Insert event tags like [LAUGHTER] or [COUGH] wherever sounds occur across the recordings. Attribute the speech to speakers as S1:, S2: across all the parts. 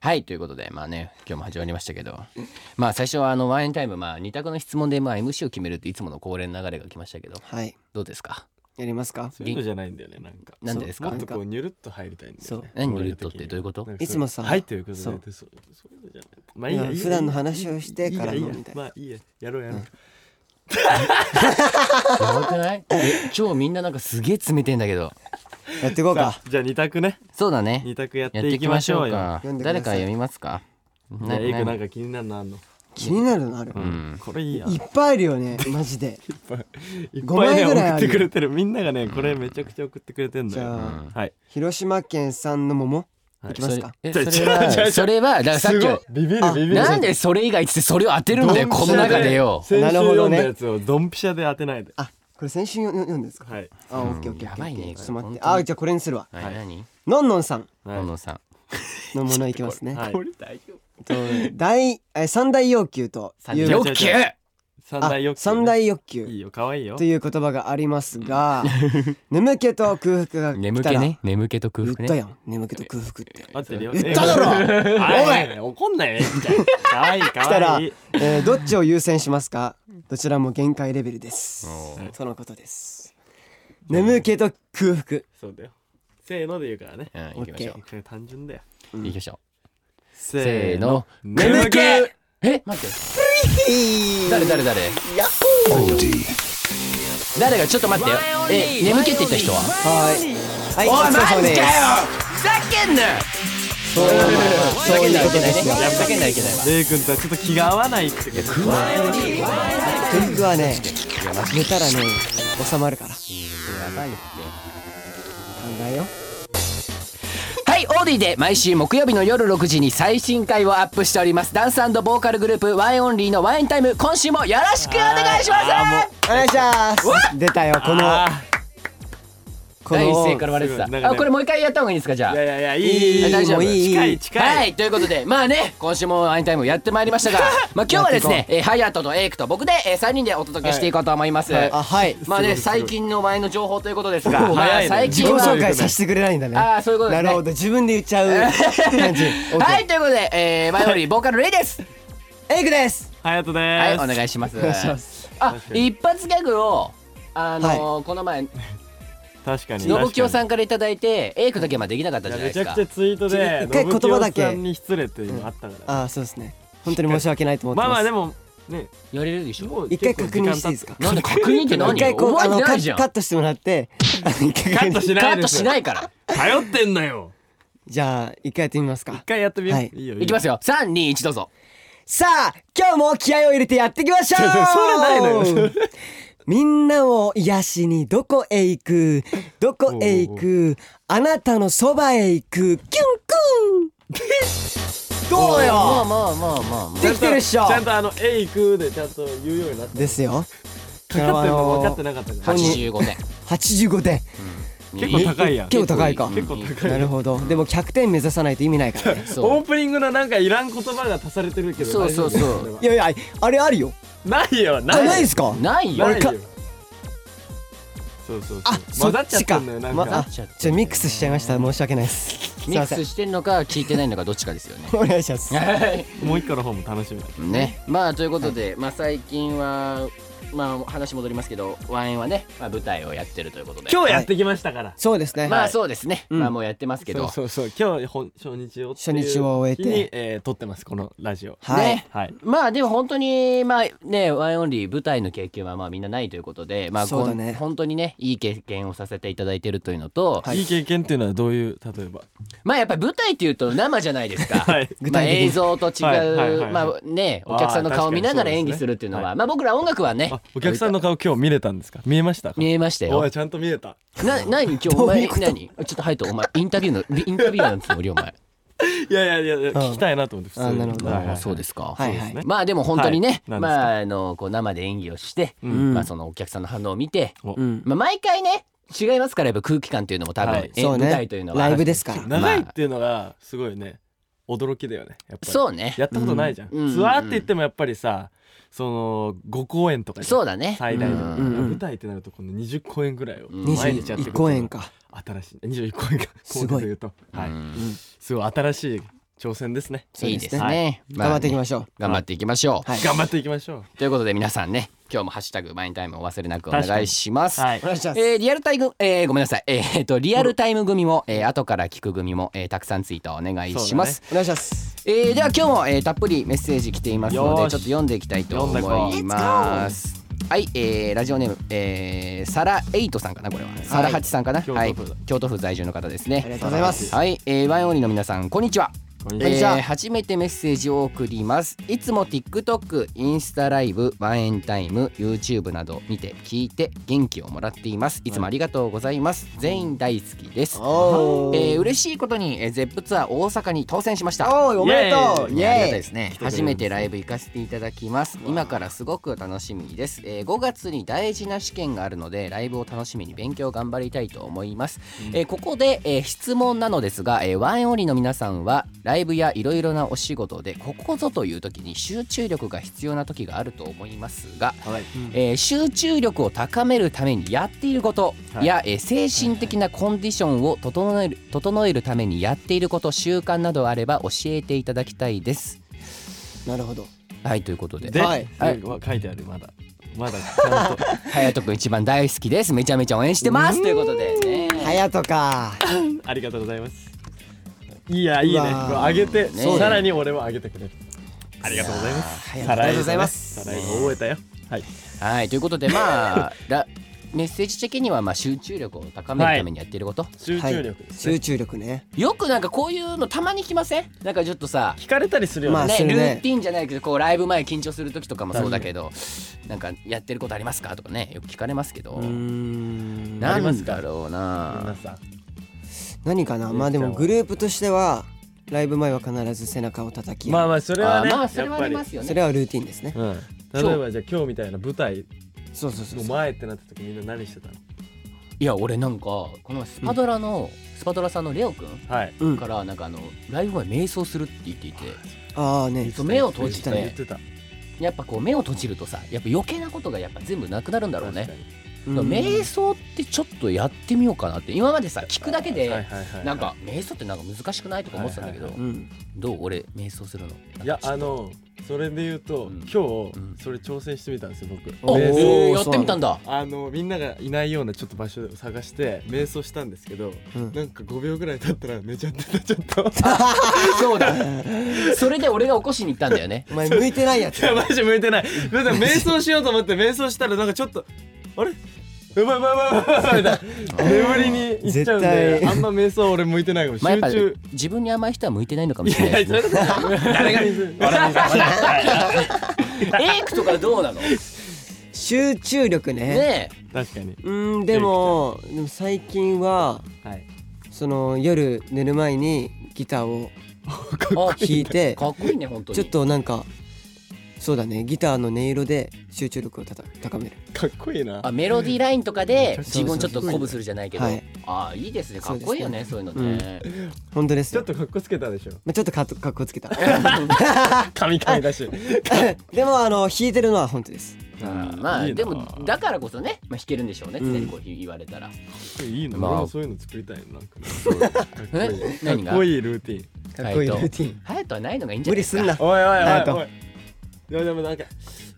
S1: はいということでまあね今日も始まりましたけどまあ最初はあのワインタイムまあ二択の質問でまあ MC を決めるっていつもの恒例の流れが来ましたけど
S2: はい
S1: どうですか
S2: やりますか
S3: そういうのじゃないんだよねなんか
S1: なんでですか
S3: そうもっとこうニュルっと入りたいんだよね
S2: そう
S1: 何ニュルっとってどういうこと
S3: なんかそう
S2: いつもさ
S3: 入ってること
S2: そう
S3: でそうそういうのじゃないまあいいや
S2: いや
S3: いいや
S2: 普段の話をしてからの
S3: いいや
S2: みたいな
S3: まあいいややろうやろう
S1: やばくない [LAUGHS] え今日みんななんかすげえ冷てえんだけど
S2: やっていこう
S3: さ
S2: か
S3: あじゃあ二択ね
S1: そうだね
S3: 二択やっ
S1: やってて
S3: い
S1: い
S3: き
S1: き
S3: ま
S1: ま
S3: し
S1: し
S3: ょ
S1: ょ
S3: う
S1: う
S3: よ
S1: か
S2: 読んでくださ
S1: 誰
S2: い
S1: か読みますかな
S3: ねエイク
S1: な
S3: なんか気になるのあんの
S2: 気になるのある、
S1: ん
S3: これいいや
S2: いっぱいあるよね [LAUGHS] マジで
S3: いっ
S2: 五
S3: ぱい
S2: 枚
S3: ね
S2: ぐらいあ
S3: 送っ
S2: る
S3: てくれてるみんながねこれめちゃくちゃ送ってくれてん
S2: じ
S3: だ
S2: ゃ
S3: よ
S2: あ、
S3: はい
S2: 広島県産の桃、
S3: はい
S2: い、きますか
S1: え
S3: じ
S1: そ
S3: ゃあ
S1: れ
S3: じゃあ
S1: は
S3: じゃあ
S1: それはだからさっきは
S3: すごいビビ
S2: あ
S3: るビビる
S1: なんでそれ以外っつってそれを当てるんだよこの中でよ
S3: 先週
S2: なるほ
S3: 読
S2: ど
S3: ん
S2: ね
S3: だやつをドンピシャで当てないで
S2: あこれ先週よ読んですか
S3: はい
S2: あオッケーオッケーオッケー
S1: やばいね
S2: ちょっと待って
S1: これ本当に
S2: あじゃあこれにするわ
S1: はい何
S2: のんのんさん
S3: は
S1: 小
S3: い
S1: 野さん
S2: のものいきますね、
S3: はい
S1: これ大丈夫
S2: と大え三大要求という
S3: 要求
S1: 欲求
S3: 三
S2: あ
S3: 大欲求ね
S2: 三大欲
S3: い
S2: 求
S3: いよ可愛いよ
S2: という言葉がありますが眠気と空腹が
S1: 眠
S2: 来た
S1: 気
S2: ら
S1: ね眠気と空
S2: 言っ
S1: 腹
S2: た
S1: ね
S2: やん眠気と空腹って
S3: 合ってるよ
S2: 言っただろ
S3: えはい怒んないよ
S2: [LAUGHS]
S3: 可愛い可愛い
S2: えーどっちを優先しますかどちらも限界レベルです
S1: おー
S2: そのことです眠気と空腹
S3: そうだよせーので言うからね
S1: うん行
S2: オ
S1: き
S2: ッ
S1: まし
S2: ケ
S1: ょ
S2: ー
S1: う
S3: これ単純だよ
S1: 行きましょう
S3: せ
S1: せーの
S3: 眠気
S1: え待って誰誰誰誰がちょっと待ってよえ眠気って言った人は
S2: はいはいごちそうさまです
S1: ふざけんなよ
S2: そう
S1: ふざけんな
S2: いう
S1: ら
S2: こ
S1: いけ
S2: と
S1: ない
S2: で
S1: ね
S2: すよ
S1: ふざけんならいけないわ
S3: レイ君とはちょっと気が合わないってこと
S2: 空腹はね寝たらね収まるから考
S1: やばいって
S2: えよう
S1: はい、オーディで毎週木曜日の夜6時に最新回をアップしております。ダンスボーカルグループワインオンリーのワインタイム、今週もよろしくお願いします
S2: お願いします出たよこの
S3: あ
S2: こ
S1: 第一声
S2: の
S1: から割れてた。
S3: すごいなんか
S1: あ、
S3: ね
S1: これもう一回やった方がいいですか、じゃ
S3: ー
S1: あ
S3: い。やいやいやいい
S1: いい大丈夫
S2: もういい
S3: 近い近い
S1: はい、ということで、まあね、今週もワインタイムやってまいりましたが、まあ今日はですね、えーハヤトとエイクと僕で、え3人でお届けしていこうと思います。
S2: あはい
S1: まあね、
S3: すごいす
S1: 最
S3: ごい
S1: 近のワインの情報ということですが、
S3: お
S1: まあ
S3: 早いね
S1: 最
S2: 自己
S1: 近は
S2: 紹介させてくれないんだね
S1: あーそういうことですね
S2: なるほ
S1: [LAUGHS]
S2: ど自分で言っちゃう感じ OK
S1: はい、ということで、えー、ワインオンリーボーカルレイです。
S2: エイクです
S3: ハヤトで
S1: は
S3: ー
S1: い、
S3: す
S1: お願いします。
S2: お願いします
S1: あ
S3: 確、かに
S1: 一発ギャグを、あのーこの前、
S3: 確かに
S1: のぼきお
S3: ん
S1: さんからいただいて、エイクだけまあできなかったじゃない
S3: め
S1: で
S3: ち
S1: す
S3: ゃく
S1: か
S3: ち。ゃツイートで
S2: 一回言葉だけ
S3: のぶきおさんに失礼っていうのあったから
S2: あーそうですね本当に申し訳ないと思って
S3: まあ
S2: ます
S3: まあでもね
S1: やれるでしょ。
S3: もう
S2: 一回
S3: 結
S2: 確
S3: 構時
S2: 認
S3: 間経っ
S2: していいですか
S1: なんで確認って何
S2: 一回こう
S1: 覚
S2: あ
S1: え
S2: の
S1: て
S2: カ
S1: ないじゃ
S2: ッ
S1: ん。
S2: カ
S1: カ
S2: ットしてもらってあの一回
S3: [LAUGHS] カ
S2: 確
S3: ッ
S2: 認
S3: トしない
S1: ッ
S3: で
S1: ト
S3: す
S1: しないから。
S3: 頼ってんなよ
S2: じゃあ一回やってみます
S3: 一
S2: か
S3: 回やってみよう、
S2: はい
S3: いよ
S1: いきます
S3: よ
S1: よ。三二一どうぞ。
S2: さあ今日も気合を入れてやっていきましょう
S3: [LAUGHS] それないのよ
S2: みんなを癒しにどこへ行くどこへ行くあなたのそばへ行くキュンキュ
S3: [LAUGHS]
S2: ンどう
S1: まあ
S2: よ
S1: まあまあまあま
S2: できてるっしょ
S3: ちゃんとあの「えいく」でちゃんと言うようになって
S2: ですよ
S3: かかってるの分かって
S2: あの
S3: なかった
S1: あ。
S3: から
S2: 本人
S1: 八十五点。
S2: 85点
S3: 結構高いやん
S2: 結構高いか
S3: 結構高い
S2: なるほどでも100点目指さないと意味ないから
S3: [LAUGHS]
S2: ね
S1: そ
S3: オー
S1: う。
S3: プニングのなんかいらん言葉が足されてるけど
S1: そうそうそう
S3: 大丈夫ですか
S2: いやいやあれあるよ
S3: ないよな
S2: あ
S3: い
S2: ない
S3: よ
S2: ですか
S1: ないよ
S3: な。いよ
S2: 俺
S3: そうそうそう
S2: あ
S3: 混ざっちゃったんだよ
S2: そっち
S3: なん
S2: か
S1: な
S3: か
S1: っちゃって
S2: じゃあミックスしちゃいました申し訳ないですすい
S1: ミッ
S2: ま
S1: ク
S2: せん。
S1: スしてんのか聞いてないのかどっちかですよね
S2: [LAUGHS] お願いします
S1: はい。
S3: もう一個の方も楽しみだ
S1: ねまあということで、まあ最近はまあ話戻りますけどワインはね、まあ、舞台をやってるということで
S3: 今日やってきましたから、
S2: そうですね
S1: まあそうですね、
S2: うん
S1: まあもうやってますけど
S3: そうそうそう今日本初日をっていう
S2: 初日を終えて
S3: 日に、えー撮ってますこのラジオ
S2: はい
S1: ね
S3: はい
S1: まあでも本当にまあねワインオンリー舞台の経験はまあみんなないということでまあ
S2: そう
S1: こ
S2: だ
S1: ん、
S2: ね
S1: 本当にねいい経験をさせていただいてるというのと、
S2: はい
S3: いい経験っていうのはどういう例えば
S1: まあやっぱり舞台っていうと生じゃないですか、
S3: [LAUGHS] はい
S2: 具
S1: まあ、
S2: 体的に
S1: 映像と違う、
S3: はいはいはいはい
S1: まあねお客さんの顔見ながら演技するっていうのは
S3: あー
S1: まあ僕ら音楽はね
S3: あお客さんの顔今日見れたんですか見えましたか
S1: 見えましたよ
S3: おいちゃんと見えた
S1: な、なに今日お前、なにちょっと隼人、お前、インタビューの、インタビューなんつもり、お前。
S3: いやいやいや聞きたいなと思って普通に
S2: あなるほど
S3: はいはい
S1: あそうですか。
S2: はい
S3: そう
S2: は
S3: です
S2: い
S3: ね
S1: まあでも本当にね、
S3: はい
S1: まああのこう生で演技をして、
S3: ん
S1: まあそのお客さんの反応を見て、
S3: お
S2: うん
S1: まあ毎回ね違いますからやっぱ空気感っていうのも多分、
S3: はい
S1: え
S2: そう
S1: 舞台
S2: ね
S1: というのは
S2: ライブですから
S3: 長いっていうのがすごいね驚きだよねやっぱり
S1: そうね
S3: やったことないじゃん、
S1: うん
S3: ツアーって言ってもやっぱりさその5公演とかじゃん
S1: そうだね。
S3: 最大
S1: う
S3: の、
S1: ん
S2: うん
S3: 舞台ってなるとこの20公演ぐらいを
S1: うん
S3: 毎日やって
S2: 21公演か
S3: 新しい21公演か
S2: すごい
S3: 公演で言うと、はい
S1: うん
S3: すごい新しい挑戦ですね
S2: そう
S1: いい
S2: です
S1: で
S2: ね
S1: すね。まあ
S2: 頑張っていきましょう
S1: 頑張っていきましょう。
S2: はい
S3: 頑張っていきましょ
S1: ということで皆さんね今日もハッシュタグマインタイムお忘れなくお
S3: 確か
S1: 願い
S3: に
S1: します。
S3: うはい
S2: お願いします
S1: えーリアルタイム、えーごめんなさい、えーえっとリアルタイム組も、えー後から聞く組も、えーたくさんツイートお願いします。
S2: お願いします
S1: えーでは今日も、えーたっぷりメッセージ来ていますのでちょ
S3: よ
S1: っ
S3: ーし
S1: と読んでいきたいと思
S3: 読んでこう
S1: います。はい、えーラジオネーム、えーサラエイトさんかなこれは、サラハチさんかな
S3: 京都
S1: はい
S3: 府
S1: 京都府在住の方ですね
S2: ありがとうございます
S1: はい、えーワインオンリーの皆さんこんにちは
S3: うこん
S1: え
S3: にちは
S2: にちは
S1: ー初めてメッセージを送りますいつも TikTok インスタライブワンエンタイム YouTube など見て聞いて元気をもらっていますいつもありがとうございます、全員大好きです、
S2: おー
S1: えー、嬉しいことに、えー、ゼップツアー大阪に当選しました
S2: おーおめでとう
S1: い
S2: イ
S1: やありがたい
S2: エ
S1: で
S2: ーイ
S1: すね
S3: てくれる
S1: 初めてライブ行かせていただきます今からすごく楽しみです、えー5月に大事な試験があるのでライブを楽しみに勉強頑張りたいと思います、えーここで、えー質問なのですが、えーワンエンオンリーの皆さんはライブやいろいろなお仕事でここぞという時に集中力が必要な時があると思いますが
S2: はい
S1: えー集中力を高めるためにやっていること
S3: はい
S1: や、えー精神的なコンディションを整える整えるためにやっていること習慣などあれば教えていただきたいです。
S2: なるほど
S1: はいということで
S3: で、
S2: はい
S3: なんか書いてあるまだまだちゃんと
S1: 隼人君一番大好きですめちゃめちゃ応援してますということで、ね、
S2: 隼人か
S3: ありがとうございますいやいいね
S2: うわー
S3: こう上げて、
S1: そうだね
S3: さらに俺も上げてくれるありがとうございます
S1: いやー
S3: さら
S1: ありが
S3: に
S1: とうございます
S3: さらに覚えたよはい
S1: はいということで
S3: [LAUGHS]
S1: まあらメッセージ的にはまあ集中力を高めるためにやっていること、
S3: 集中力ですね、
S2: 集中力ね
S1: よくなんかこういうのたまに来ませんなんかちょっとさ
S3: 聞かれたりするよね、
S2: まあ
S1: ね、
S2: する
S1: ル
S2: ね
S1: ーティンじゃないけどこうライブ前緊張する時とかもそうだけどなんかやってることありますかとかねよく聞かれますけど
S2: うーん
S1: な
S3: ありま
S1: ん
S3: すか
S1: だろう
S3: 皆
S1: な
S3: さん
S2: 何かなまあでもグループとしてはライブ前は必ず背中を叩き合う
S3: まあまあそれはね
S1: あまあそれはあり
S3: や
S1: ま
S3: っ
S1: すよ
S2: そ
S1: ね
S2: れはルーティンですね
S3: ぱり、うん、例えばじゃあ今日みたいな舞台
S2: そうそうそう
S3: の
S2: そう
S3: 前ってなった時みんな何してたの
S1: いや俺なんかこの前スパドラの、スパドラさんのレオくん
S3: はい
S2: うん
S1: からなんかあのライブ前瞑想するって言っていて
S2: ああね
S1: そう目を閉じ
S2: 言
S3: 言っててた
S1: やっぱこう目を閉じるとさやっぱ余計なことがやっぱ全部なくなるんだろうね
S2: うん
S1: 瞑想ってちょっとやってみようかなって今までさ聞くだけでなん
S3: ん
S1: か瞑想ってなんか難しくないとか思ってたんだけど、
S3: はいは
S2: うん
S1: どう俺瞑想するの
S3: いやあのそれで言うと、
S1: うん
S3: 今日、
S1: うん
S3: それ挑戦してみたんですよ僕
S1: お
S3: 瞑想
S1: お
S2: おー
S1: やってみたんだ
S3: あのみんながいないようなちょっと場所を探して瞑想したんですけど、
S2: うん
S3: なんか5秒ぐらい経ったら寝ちゃってたちょっ [LAUGHS] と
S1: そうだそれで俺が起こしに行ったんだよね
S2: お前向いてないやつ
S3: いやマジ向いて [LAUGHS] ないだって瞑想しようと思って瞑想したらなんかちょっとあれやばいやばいやばいやばいみたいな眠りに行っちゃう
S2: 絶
S3: んで
S2: 対
S3: あんま瞑想俺向いてないかも
S1: まあやっ
S3: 集
S1: ぱ
S3: 中
S1: 自分に甘い人は向いてないのかも
S3: い
S1: しれな
S3: や
S1: い
S3: いやそれ誰が水
S1: エイ [LAUGHS] クとかどうなのね
S2: 集中力ね
S1: え
S3: 確かに
S2: うんでもでも最近は
S3: はい
S2: その夜寝る前にギターを
S1: あ
S2: 弾いて
S1: かっこいいね本当に
S2: ちょっとなんかそうだねギターの音色で集中力をたた高める
S3: かっこいいな
S1: あメロディーラインとかで
S3: そう
S2: そう
S1: 自分をちょっと鼓舞するじゃないけど、
S2: はい
S1: ああいいですねかっこいいよねそういうのね、
S2: 本当です
S3: ちょっ
S2: よ
S3: とかっこつけたでしょ
S2: まあちょっとかっこかっこつけた [LAUGHS]
S3: 神々だし
S2: でもあの弾いてるのは本当です
S1: うんまあ
S3: いいな
S1: でもだからこそね、まあ、弾けるんでしょうね常にこう言われたら、
S3: いいな
S1: まあ
S3: 俺もそういうの作りたいななんか
S1: え
S3: か
S1: 何
S3: っ
S1: が
S3: こいいルーティン
S2: かっこいいルーティン
S1: 隼人はないのがいいんじゃ
S2: 無
S1: ないで
S2: 理
S1: す
S2: す
S1: か
S2: んな
S3: おいおい
S2: あと
S3: おいおいいやでもなんか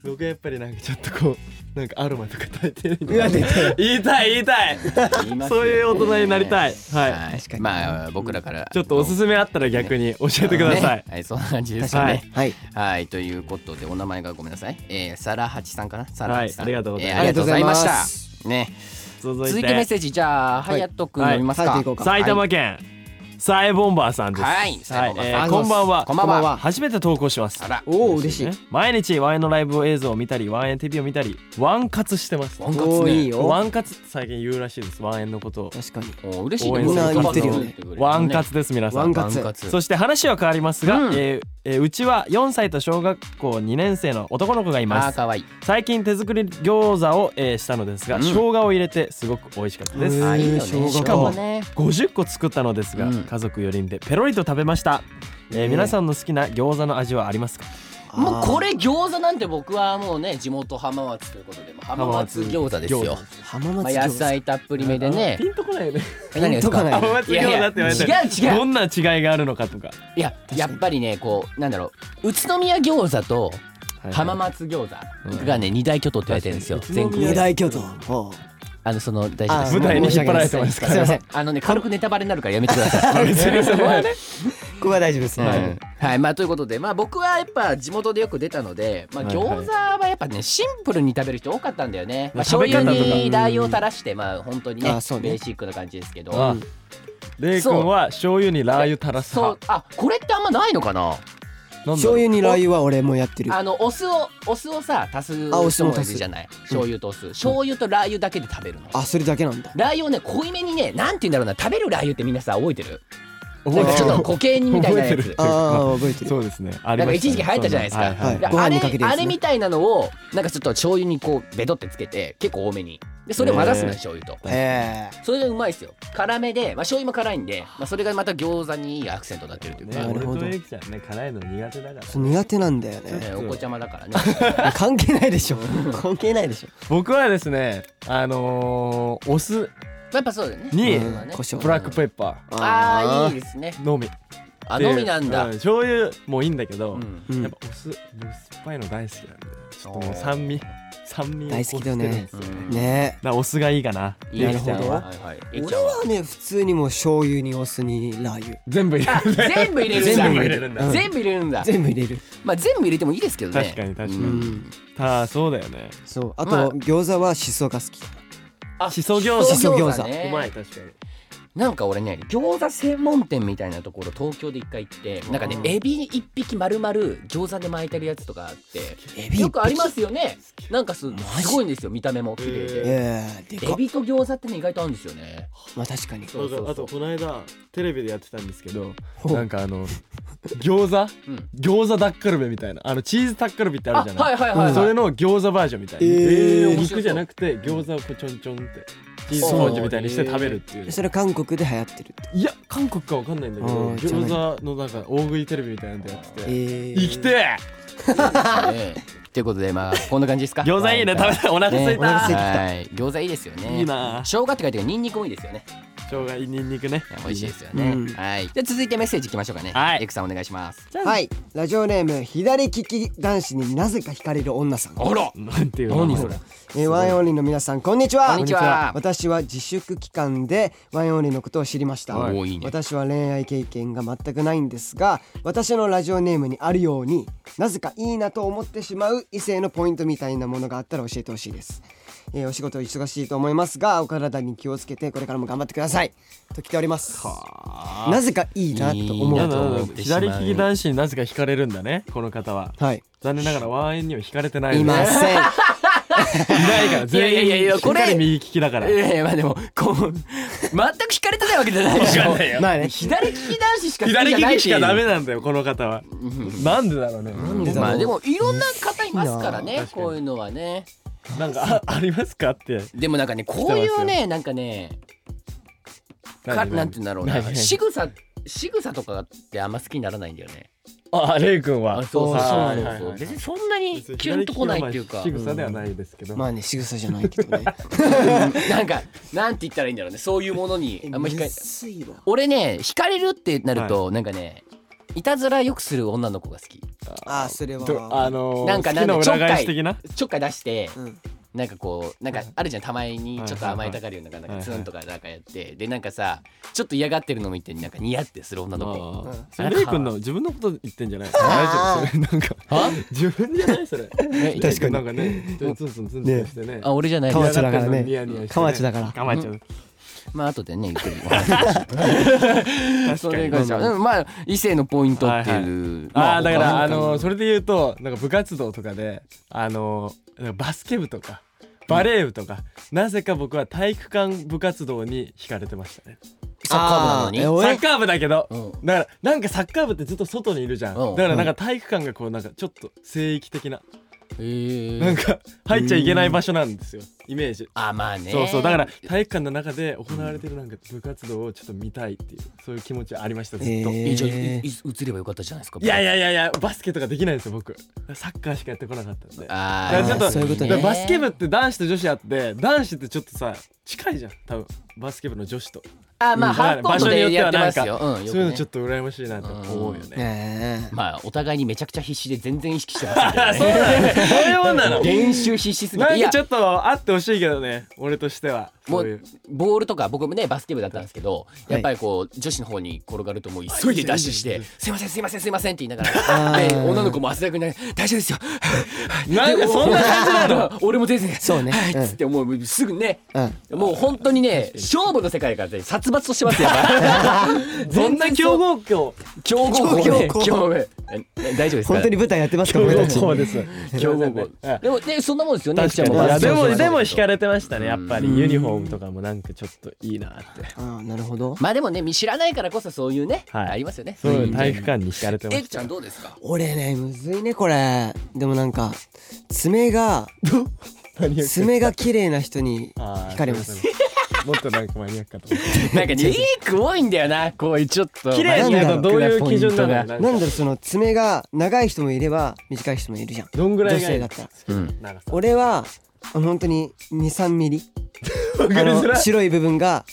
S3: 僕はやっぱりなんかちょっとこうなんかアロマとか炊いてるみたいな
S2: 出て
S3: 言いたい言いたい
S1: 言いますよ
S3: そういう大人になりたいはい
S1: はい
S2: 確かに
S1: まあ僕らから
S3: ちょっとおすすめあったら逆に教えてください
S1: ねはいそんな感じですかね、
S2: はい
S1: はい、ということでお名前がごめんなさい、えー、サラハチさんかなサラハチさん、
S3: はいありがとうございます
S1: えーありがとうございま
S2: ありがとうございま
S1: したね
S3: 続
S1: 続
S3: い
S1: いてメッ
S3: て
S1: セージじゃあ
S2: はい
S1: 隼人君読みますか
S2: はい行こうか
S3: 埼玉県サイボンバーさんです
S1: はいサイボンバーさん
S3: えこんばんは
S1: こんばんは
S2: こんばんは
S3: 初めて投稿します
S1: あら
S2: おお嬉しい
S3: ね毎日ワンエンのライブ映像を見たりワンエン TV を見たりワンカツしてます
S1: ワンカツね
S2: おーいいよ
S3: ワンカツって最近言うらしいですワンエンのことを
S2: 確かに
S1: お嬉しいね
S3: みんな
S2: 言ってるよね
S3: ワンカツです皆さ
S2: ワ
S3: ん
S2: ンカツ
S3: そして話は変わりますが、
S1: うん
S3: えーえーうちは4歳と小学校2年生の男の子がい
S1: あ
S3: ま
S1: ー
S3: す
S1: かわいい
S3: 最近手作り餃子を、えーしたのですが、
S1: うん
S3: 生姜を入れてすごく美味しかったです、
S2: へー
S1: あーいいよねし
S2: 小学校
S1: かもね
S3: 50個作ったのですが、
S1: うん
S3: 家族4人でペロリと食べました、えー
S2: ええ
S3: 皆さんの好きな餃子の味はありますか、
S1: もうこれ餃子なんて僕はもうね地元浜松ということでもう浜松餃子ですよ、
S2: 浜松
S1: まあ、
S2: 餃
S1: 野
S2: 子
S1: 菜たっぷりめでね
S3: ピンとこないよね
S1: 何がですか
S2: ピンとこない
S3: 浜松餃子って言われた
S1: いや
S3: ら
S1: いや違う違う
S3: どんな違いがあるのかとか
S1: いや
S2: に
S1: やっぱりねこうなんだろう宇都宮餃子と浜
S3: 松
S1: 松餃子がね二大巨頭って言われてるんですよ
S3: 確か
S1: 全
S3: に
S1: 国
S2: 二
S1: で
S2: 大巨頭ほ
S1: あのその大丈夫
S2: あ
S1: です
S3: 舞台に引っ張られてますか
S1: すい
S3: ら
S1: ませんあのね軽くネタバレになるからやめてください [LAUGHS]
S2: うここは大丈夫です、
S3: は
S1: はいい、はい、まあということでまあ僕はやっぱ地元でよく出たので、まあ、
S3: はいはい
S1: 餃子はやっぱねシンプルに食べる人多かったんだよね、まあ、
S3: 食
S1: 醤
S3: べ方
S1: 油
S3: とか
S1: にラー油を垂らしてまあ本当にね
S2: あそうね
S1: ベーシックな感じですけど
S3: あレイ君は醤油にラー油垂らす
S1: そう
S3: 派
S1: あこれってあんまないのかな
S3: なんだろ
S2: 醤
S3: う
S2: 油にラー油は俺もやってる
S1: あのお酢をお酢をさ足す
S2: あお酢
S1: 人
S2: も
S1: もい
S2: 足
S1: る
S2: す
S1: じゃない醤油とお酢醤油とラー油だけで食べるの
S2: あそれだけなんだ
S1: ラー油をね濃いめにねなんて言うんだろうな食べるラー油ってみんなさ覚えてるな
S3: 覚え
S1: んか
S3: て
S1: ちょ
S3: る
S1: っと固形みたいなや
S3: 覚えて
S1: つ
S3: る
S2: ああ覚えてる
S3: そうですねありましたね
S1: なんか一時期流行ったじゃないですか
S3: そんはいは
S2: は
S3: い
S2: い
S1: で
S2: ご飯
S1: あ
S2: に
S1: れ
S2: かけるやつ
S1: あ
S2: ね
S1: れみたいなのをなんかちょっと醤油にこうベドってつけて結構多めにでそれを混ざすのよ
S3: へー
S1: 醤油と
S2: へえ
S1: それがうまいですよ辛めで、まあ、醤油も辛いんで、まあ、それがまた餃子にいいアクセントになってるというか、
S2: なるほど
S3: 俺とエイキちゃんね辛いの苦手だから
S2: 苦手なんだよね
S1: えーお子ちゃまだからね [LAUGHS]
S2: 関係ないでしょ関係ないでしょ
S3: 僕はですねあのーお酢
S1: やっぱそうだよね
S3: に
S1: うんまあね
S2: 胡椒
S3: ブラックペッパ
S1: ああ
S2: ー
S1: いいですね
S3: ーのみ
S1: あのみなんだ、
S3: でう醤油もいいんだけど、
S1: うん
S2: うん
S3: やっぱお酢僕酸っぱいの大好きなんでちょっともう酸味酸味を
S2: 大好きだよね
S3: こうつけるんですよだか
S2: ね
S3: らお酢がいいかない
S1: い
S3: エイキちゃん
S2: なるほど
S3: は
S1: はいはい
S2: え
S1: エキち
S2: 俺
S1: ゃんは
S2: はね普通にもう醤油にお酢にラー油
S3: 全部入れる
S1: 全部入れるんだ
S2: 全部入
S3: れるんだ
S1: うん全部入れるんだ
S2: 全部入れる
S1: まあ全部入れてもいいですけどね
S3: 確かに確か
S2: う
S3: に
S1: うん
S2: ん
S3: [LAUGHS] ただそうだよね
S2: そうあ
S1: まあ
S2: と餃子はしそが好き
S1: あ
S3: しそ餃子
S1: しそ
S2: しそ餃子
S1: ね
S3: 確かに
S1: なんか俺ね餃子専門店みたいなところ東京で一回行ってなんかねエビ一匹丸々餃子で巻いてるやつとかあって
S2: エビ
S1: よくありますよねなんかす
S2: マジ
S1: すごいんですよ見た目も綺麗で
S2: ええでか
S1: エ
S2: っ
S1: ビと餃子ってね意外と合うんですよね
S2: まあ確かに
S1: そうそうそう
S3: なんかあとこの間テレビでやってたんですけど
S2: ほう
S3: なんかあの餃子
S1: うん
S3: 餃子ダッカルビみたいなあのチーズタッカルビってあ
S1: あ
S3: るじゃない
S1: はいはいはいはい
S3: それの餃子バージョンみたいな、
S2: えー
S3: えー肉じゃなくて餃子をこうちょんちょんってチーズ
S1: そう
S3: ポンジみたいにして食べるっていう、
S2: それ韓国で流行ってるって
S3: いや韓国かわかんないんだけど
S2: あーじゃない
S3: 餃子のなんか大食いテレビみたいなのやってて、
S2: ええ
S3: 生きてえ
S1: ねということでまあこんな感じですか
S3: [LAUGHS] 餃子いいね食べたいお腹空い
S1: ね
S2: お腹空いてきた
S1: はい餃子いいですよ
S3: た、
S1: ね
S3: いいな
S1: 生姜って書いてあるニンニクもいいですよね
S3: 生姜にんにくね
S1: 美味しいですよね。
S2: うん
S1: はい。じゃあ続いてメッセージいきましょうかね。
S3: はい
S1: エクさんお願いします。
S2: はいラジオネーム左利き男子になぜか惹かれる女さん
S1: あら。
S3: なんていうの
S1: 何それ。
S2: えーワンエンオンリーの皆さんこんにちは
S1: こんにちは
S2: 私は自粛期間でワンエンオンリーのことを知りました、
S1: おーいいね
S2: 私は恋愛経験が全くないんですが私のラジオネームにあるようになぜかいいなと思ってしまう異性のポイントみたいなものがあったら教えてほしいです、えーお仕事忙しいと思いますがお体に気をつけてこれからも頑張ってくださいと来ておりますなぜかいいなと思
S1: いいうな
S2: う
S1: と
S2: と
S1: 思ってしまう
S3: 左利き男子になぜか惹かれるんだねこの方は
S2: はい
S3: 残念ながらワンエンには惹かれてない
S2: い
S3: ので
S2: ません
S3: いないから全員
S1: いやいやいやこれ
S3: しっかり右利きだから
S1: ええまあでもこう全く惹かれてないわけじゃないでしょ。
S2: まあね
S1: 左利き男子しか好きじゃない
S3: 左
S1: っていう
S3: 利きしかダメなんだよこの方はなんでだろうね
S2: んでだろう
S1: まあでもいろんな方いますから
S3: いいな
S1: ね
S3: 確かに
S1: こういうのはね
S3: なんかあありますかって
S1: でもなんかねこういうねなんかねかなんて言うんだろう
S3: 何
S1: な
S3: 何
S1: 仕草仕草とかってあんま好きにならないんだよね
S3: あレイ君は
S1: あそうそう
S3: は
S1: そ
S3: いうはい
S1: そう
S3: はい
S1: 別にそんなに
S3: 別に
S1: キュンとこないっていうか
S3: 左利きはまあ仕草ではないですけど
S2: まあね仕草じゃないけどね
S1: [LAUGHS] なんかなんて言ったらいいんだろうねそういうものに [LAUGHS] あんま惹かれ
S2: 薄いわ
S1: 俺ね惹かれるってなると、なんかねいたずらよくする女の子が好き
S2: ああそれは
S3: とあのー
S1: なんかなんで
S3: 好き
S1: ちょっ
S3: の裏
S1: か
S3: 返
S1: い
S3: し的な
S1: ちょっかい出して、
S2: うん
S1: なんかこうなんかあるじゃんたまにちょっと甘えたがるようななんか
S3: はいはい
S1: ツンとかなんかやってでなんかさちょっと嫌がってるの見てなんかニヤってする女の子
S3: あ
S2: うん
S3: ーそれレイ君の自分のこと言ってんじゃない大丈夫それなんか自分じゃない
S1: [LAUGHS]
S3: それ
S1: え
S2: 確かに
S3: なんかねツンツンツンツンツンしてね
S1: あ俺じゃない
S2: かわい
S1: です
S2: そうだからね
S3: ニヤニヤしてね
S2: かわちだから
S3: かわちゃう
S1: まあ後でねゆっ
S3: [LAUGHS]
S1: くりお話ししますそれがじゃあうんまあ異性のポイントっていう、ま
S3: あーだからあ
S1: 他
S3: のーそれで言うとなんか部活動とかであのーなんかバスケ部とかバレー部とか、なぜか僕は体育館部活動に惹かれてましたね
S1: サッカー部なのに
S2: あえ
S3: サ
S2: 俺
S3: ッカー部だけど、
S1: う
S3: だからなんかサッカー部ってずっと外にいるじゃん、
S1: うん
S3: だからなんか体育館がこうなんかちょっと聖域的な
S1: え
S3: なんか入っちゃいけない場所なんですよイメージ
S1: あまあね
S3: そうそうだから体育館の中で行われてるなんか部活動をちょっと見たいっていうそういう気持ちありましたずっと、
S1: えじゃあいい移ればよかったじゃないですか
S3: いやいやいやいやバスケとかできないんですよ僕サッカーしかやってこなかったんで
S1: あ
S3: だ
S1: ー
S3: からちょっと
S2: そういうことね
S3: だからバスケ部って男子と女子あって男子ってちょっとさ近いじゃん多分バスケ部の女子と
S1: あーまあ
S3: だから
S1: ハーフコートでやってますよ,、
S3: 場
S1: うん、よくね
S3: そういうのちょっと羨ましいなと思うよね
S2: ね
S1: まあお互いにめちゃくちゃ必死で全然意識してませんけどね
S3: そう
S1: [LAUGHS]
S3: だね [LAUGHS] そういうもんなの
S1: 練習必死すぎ
S3: な
S1: てい
S3: んか
S1: や
S3: ちょっとあってほしいけどね俺としては
S1: も
S3: そういう
S1: うボールとか僕もねバスケ部だったんですけど
S2: い
S1: やっぱりこう女子の方に転がるともう急いでダッシュ
S3: [LAUGHS]
S1: して「すいませんすいませんすいません」って言いなが
S2: あ
S1: ら
S2: ー
S1: で女の子も汗だくになり「大丈夫ですよ」
S3: なんかそんな感じな
S1: [LAUGHS]
S3: の
S1: 俺も全然
S2: そうね
S1: はい
S2: うん
S1: っつってもうすぐね
S2: えうん
S1: もう本当にね勝負の世界からね殺伐として
S3: [LAUGHS]
S1: ますよやっぱ
S3: そんな強豪校
S1: 強豪校ね
S2: 強豪校
S1: 強豪ええ大丈夫ですか
S2: 本当に舞台やってますから俺たち
S3: です
S1: 強豪
S3: [LAUGHS]
S1: 校でもねそんなもんですよね
S3: 確か
S1: ちゃん
S3: に
S1: も
S3: い
S1: バ
S3: や
S1: スケ
S3: で
S1: 部
S3: も
S1: そう
S3: でも
S1: そう
S3: 惹かれてましたねやっぱりユニフォームとかもなんかちょっといいなって
S2: あーなるほど
S1: まあでもね見知らないからこそそういうね
S3: はい
S1: ありますよね
S3: そう
S1: い
S3: 体育館に惹かれてま
S1: えっ
S3: し
S1: ちゃんどうですか
S2: 俺ねむずいねこれでもなんか爪
S3: [LAUGHS]
S2: が
S3: た何を言って
S2: 爪が綺麗な人に
S3: [LAUGHS] あー
S2: 惹かれます
S3: そうそうもっとなんかマニアックかと思っ
S1: なんかねいい句多いんだよなこういうちょっと
S3: た綺麗にやるとどういう基準な
S1: マ
S3: の
S1: ニアックなポイントが
S2: な
S3: なん
S2: だろ
S3: んか
S2: うその爪が長い人もいれば短い人もいるじゃん
S3: どんぐらいがいい
S2: 女性だったら
S1: うん
S3: 長さ
S2: 俺はあの本当に23ミリ
S3: わか
S2: あ
S3: りづ
S2: の
S3: らい
S2: 白い部分が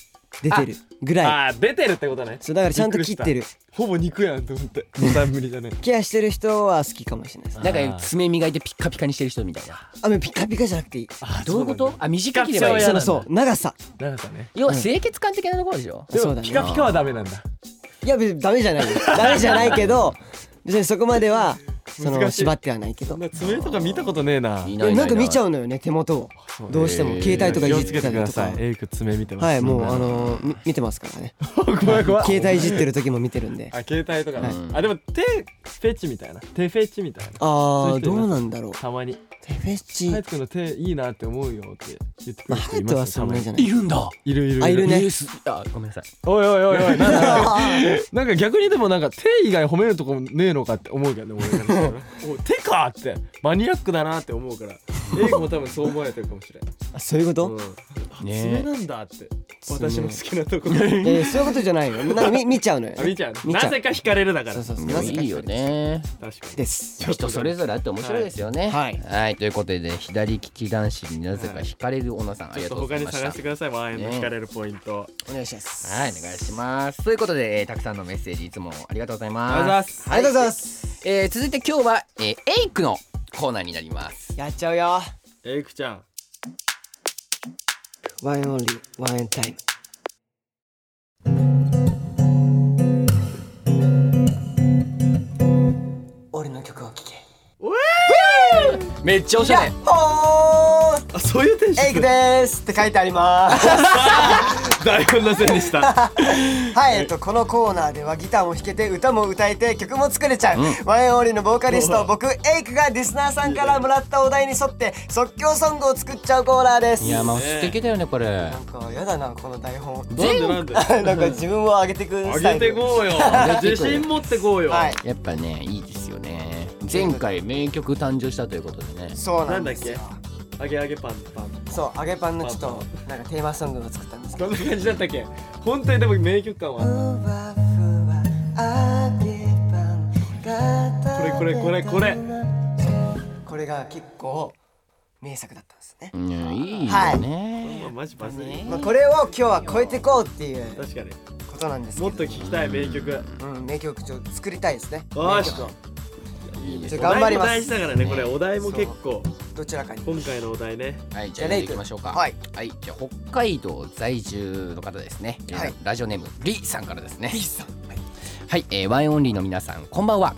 S2: 出てるぐらい
S3: あー出てるってことね
S2: そうだからちゃんと切ってる
S3: ほぼ肉やんと思って三無理じゃね
S2: [LAUGHS] ケアしてる人は好きかもしれないです
S3: あ
S1: なんか爪磨いてピッカピカにしてる人みたいな
S2: あもうピカピカじゃなくていい
S3: あ
S1: どういうことあ短けれ
S3: ピカ
S1: ば
S3: ピ
S1: いい
S3: カ
S2: その
S3: 嫌はなんだ
S2: そう長さ
S3: 長さね
S1: 要は清潔感的なところでしょ
S3: で
S2: そう
S3: も
S2: だね
S3: ピカピカはダメなんだ
S2: いや別にダメじゃないよダメじゃないけど別にそこまではその
S3: 難しい
S2: 縛ってはないけど
S3: そんな爪とか見たことねえな
S1: 見
S2: でもなんか見ちゃ
S1: う
S2: うのよね手元を
S3: そう
S2: どうしても携帯とかい
S3: 気
S2: じ
S3: を
S2: っ
S3: つ
S2: て
S3: け
S2: た
S3: てく
S2: り
S3: だ
S2: と
S3: さ
S2: か
S3: いエイク爪見てます
S2: はいもうあのーみ見てますからね
S3: [LAUGHS] 怖い怖い
S2: 携帯いじってる時も見てるんで
S3: あ携帯とかね、
S1: うん
S3: あでも手フェチみたいな手フェチみたいな
S2: あ
S3: そ
S2: ー
S3: ういう人
S2: ど
S3: います
S2: うなんだろう
S3: たまに
S2: 手フェチ
S3: 隼人君の手いいなって思うよって言ってく
S2: ま
S3: る
S2: あ
S3: 人
S2: ハヤ
S3: います
S2: ト
S3: よ
S2: はそんなじゃ
S3: た
S2: な
S3: ま
S1: ない
S2: い
S1: るんだ
S3: にいるいる
S2: あいるね
S1: ニュースあごめんなさい
S3: おいおいおいおいなんか [LAUGHS] なんか逆にでもなんか手以外褒めるとこねえのかって思うけどね俺からしたらお手かってマニアックだなって思うからエイクも多分そう思われてるかもしれない、
S2: あそういうこ
S3: う
S2: と
S3: ん、
S1: ね
S3: 爪なんだって
S2: 爪
S3: 私の好きなとこ
S2: えーそういうことじゃないよなんか見見ちゃうのよね
S3: あ [LAUGHS] 見ちゃう
S2: 見ちゃ
S3: な
S2: う
S3: ぜか惹かれるだから
S2: そうそうそう
S1: でもいいよね
S3: 確かに
S2: です
S1: 人それぞれあって面白いですよね
S2: はい
S1: はいということで左利き男子になぜか惹かれる女さんあ
S3: ち
S1: りが
S3: ょっ
S1: と
S3: と
S1: うござ
S3: 他
S1: い
S3: に
S1: ました
S3: 探してくださいもああいうの惹かれるポイント、
S2: お願いします
S1: はい、お願いします。ということで、えーたくさんのメッセージいつもありがとうございます。
S3: ありがとうございます
S2: ありがとうございます
S1: す。えー続いて今日は、えーエイクのコーナーになります。
S2: やっちゃうよ
S3: エイクちゃん
S2: One only, one and time 俺の曲を聴け
S1: めっちゃおしゃれ。
S2: おー
S3: あそういうテンション
S2: エイクですって書いてあり
S3: [LAUGHS]
S2: ます
S3: 大混乱せんでした。
S2: はい、えっと、このコーナーではギターも弾けて歌も歌えて曲も作れちゃう、ワンエンオンリーのボーカリスト僕エイクがリスナーさんからもらったお題に沿って即興ソングを作っちゃうコーナーです
S1: いや、まあ、
S3: ね
S1: 素敵だよね、これ。
S2: なんかやだなこの台本 [LAUGHS]
S3: なんでなんで。
S2: なんか自分を上げてくるスタ
S3: 上
S2: イ
S3: げ
S2: ル
S3: てこうよ。自信持ってこうよ。
S2: はい
S1: やっぱね、いいですよね。前回名曲誕生したということでね。
S2: そうな
S3: なんんだっ
S2: です
S3: け
S2: よ。
S3: 上げ上げパンパン。
S2: そう揚げパンのちょっとなんかテーマソングを作ったんですけど
S3: どんな感じだったっけ。 [LAUGHS] 本当にでも名曲感
S2: ふ
S3: は。
S2: わふわ揚げパンが
S3: これこれこれこれ
S2: これが結構名作だったんですね、
S1: うん、いい
S2: は
S1: よ
S2: い
S1: ね。
S3: まあマジバズり。
S2: まあ、これを今日は超えていこうっていう
S3: 確かに。
S2: ことなんですけど
S3: もっと聞きたい名曲。よ
S2: うん、名曲ちょっと作りたいですね名
S3: ーし
S2: 曲を。
S3: いいね
S2: ちょっと頑張ります
S3: お題も大事だからね。これお題も結構。
S2: どちらかに
S3: 今回のお題ね。
S1: はい、じゃあ、
S2: じゃあ
S1: 行きましょうか。
S2: はい。
S1: はい、じゃあ、北海道在住の方ですね。えー
S2: はい
S1: ラジオネーム、りさんからですね。はい、えーワインオンリーの皆さん、こんばんは。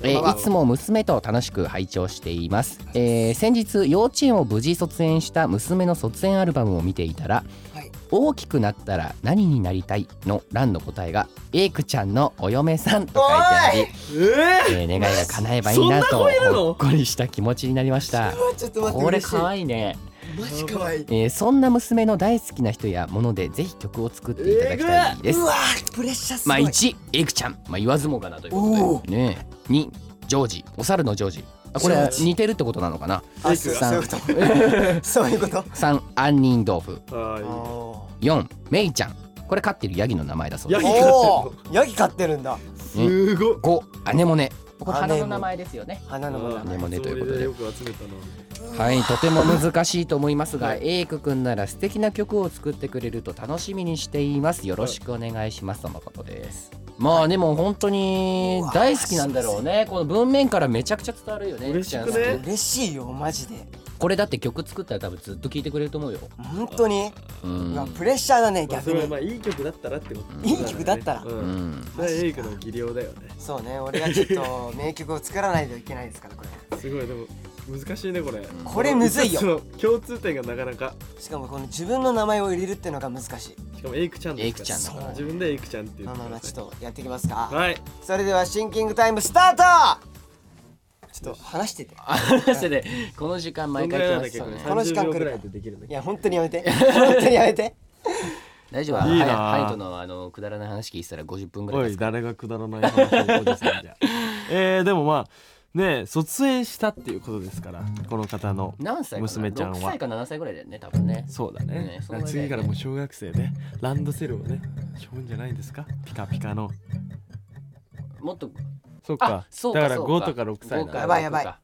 S1: え
S2: こんばん
S1: ー
S2: はい
S1: つも娘と楽しく拝聴しています、えー先日幼稚園を無事卒園した娘の卒園アルバムを見ていたら
S2: はい
S1: 「大きくなったら何になりたい?」の欄の答えが「エイクちゃんのお嫁さん」と書いてあ
S3: え
S1: り、えー願いが叶えばいいな
S3: そん
S1: と
S3: な子いるの
S1: ほっこりした気持ちになりました
S2: ちょっと
S1: これ
S2: 嬉しい
S1: 可愛いね、
S2: マジ可愛い
S1: えーそんな娘の大好きな人やものでぜひ曲を作っていただきたいです
S2: うわープレッシャーす
S1: ま
S2: ご
S1: あ
S2: い、
S1: 1エイクちゃん、まあ、言わずもがなということでね2ジョージお猿のジョージあこれは似てるってことなのかな
S2: あそうそうい
S1: 3
S2: うことそういうこと
S1: 三杏仁豆腐
S3: あーいい
S1: 4メイちゃんこれ飼ってるヤギの名前だそうで
S3: ヤギ飼ってる
S2: おおーヤギ飼ってるんだ
S3: すごい。
S1: 5アネモネここ
S2: アネモ
S1: 花の名前ですよね
S2: 花のもの
S1: ーネモネということで
S3: それよく集めたな。
S1: はいとても難しいと思いますがエイクくんなら素敵な曲を作ってくれると楽しみにしていますよろしくお願いしますとのことですまあでも本当に大好きなんだろうねこの文面からめちゃくちゃ伝わるよね
S3: 嬉しくね
S1: ちゃん好き
S2: 嬉しいよマジで
S1: これだって曲作ったら多分ずっと聴いてくれると思うよ
S2: 本当に
S1: う
S2: うんわプレッシャーだね
S3: まあ
S2: 逆
S3: それはま
S2: に
S3: あいい曲だったらってことだね。
S2: いい曲だったら
S3: う。
S1: うんん [LAUGHS]
S3: それはエイクの技量だよね。
S2: そうね俺がちょっと名曲を作らないといけないですからこれ
S3: [LAUGHS] すごいでも難しいねこれ。
S2: これむずいよ
S3: [LAUGHS] そう。共通点がなかなか。
S2: しかもこの自分の名前を入れるってのが難しい
S3: しかもエイクちゃんです
S1: エイクちゃんだ
S3: か
S1: からら
S3: そう自分でエイクちゃんっていう。
S2: まあまあまあちょっとやっていきますか
S3: はい。
S2: それではシンキングタイムスタートちょっと話してて
S1: 話してねこの時間毎回来ましたね
S2: どんぐらいなんだっけこれ
S3: 30秒ぐらいでできるんだっ
S2: い
S3: け
S2: や本当にやめて本当にやめて
S1: 大丈夫
S3: いいな
S1: ハイハイトのあのくだらない話聞いてたら50分ぐらい
S3: お
S1: 経
S3: い
S1: つから
S3: 誰がくだらない話をおじさんじゃえー、でもまあねえ卒園したっていうことですからこの方の
S1: 何歳かな
S3: 娘ちゃんは
S1: 6歳か7歳ぐらいだよね多分ね
S3: そうだね
S1: ねそんなにだよね
S3: 次からもう小学生ねランドセルをねしょうんじゃないんですかピカピカの
S1: もっと
S3: そっ
S1: あ
S3: か
S1: そうか
S3: だから
S1: そう
S3: 5とか6歳
S1: 5
S3: な
S1: か
S2: やばいやば
S1: 6
S2: い
S1: か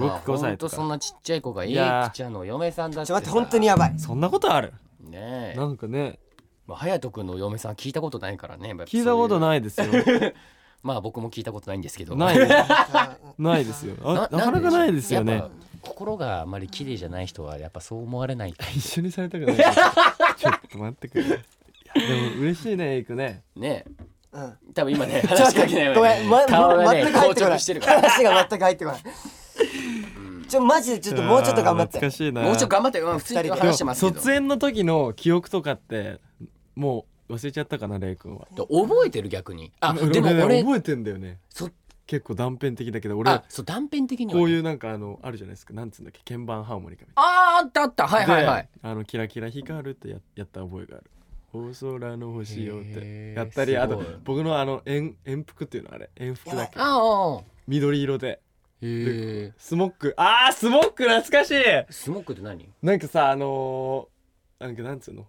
S3: 僕
S1: まあ
S3: 5歳とか
S1: ほんとそんなちっちゃい子がエ
S3: い
S1: イ
S3: やー
S1: クちゃんのお嫁さんだって
S2: ちょっと待って本当にやばい
S3: そんなことある
S1: ばねえ
S3: なんかね
S1: まあ隼人君のお嫁さん聞いたことないからねやっぱ
S3: 聞いたこと
S1: い
S3: ないですよ
S1: まあ僕も聞いたことないんですけど
S3: ない
S1: な
S3: ね
S2: あ
S3: ないですよあ
S1: んで
S3: なかなかないですよ
S1: や
S3: ね
S1: っぱ心があまり綺麗じゃない人はやっぱそう思われない
S3: 一緒にされたくないちょっと待ってくれいやでも嬉しいねエイクね
S1: ねえ
S2: うん
S1: 多分今ね
S2: ちょっ
S1: 話し
S2: と待
S1: か
S2: っ
S1: けないわ
S2: てごめん、ま、
S1: 顔がね
S2: 全く入ってこ
S1: 硬
S2: な
S1: 直
S2: い
S1: してるから
S2: 話が全く入ってこないちょマジでちょっともうちょっと頑張っ
S3: あー
S2: て
S3: 懐かしいな
S1: もうちょっと頑張ってうん普通に
S3: でも
S1: 話してますけど
S3: 卒園の時の記憶とかってもう忘れちゃったかなレイ君は
S1: 覚えてる逆にあ
S3: 俺
S1: でも
S3: ね
S1: 俺
S3: 覚えてんだよね
S1: そ
S3: 結構断片的だけど俺
S1: あそう断片的にはね
S3: こういうなんかあのあるじゃないですかなんつうんだっけ鍵盤ハーモニカみ
S1: あーあったあったは
S3: た
S1: い
S3: いな
S1: はいはい
S3: であのキラキラ光るってややった覚えがある大空の星よっ
S1: へ
S3: て
S1: ー
S3: やったりあと
S1: すごい
S3: 僕のあの円円服っていうのあれ円服だっけ
S1: あああ
S3: 緑色で
S1: へえ
S3: スモックあースモック懐かしい
S1: スモークって何
S3: なんかさあのー、なんかなんつうの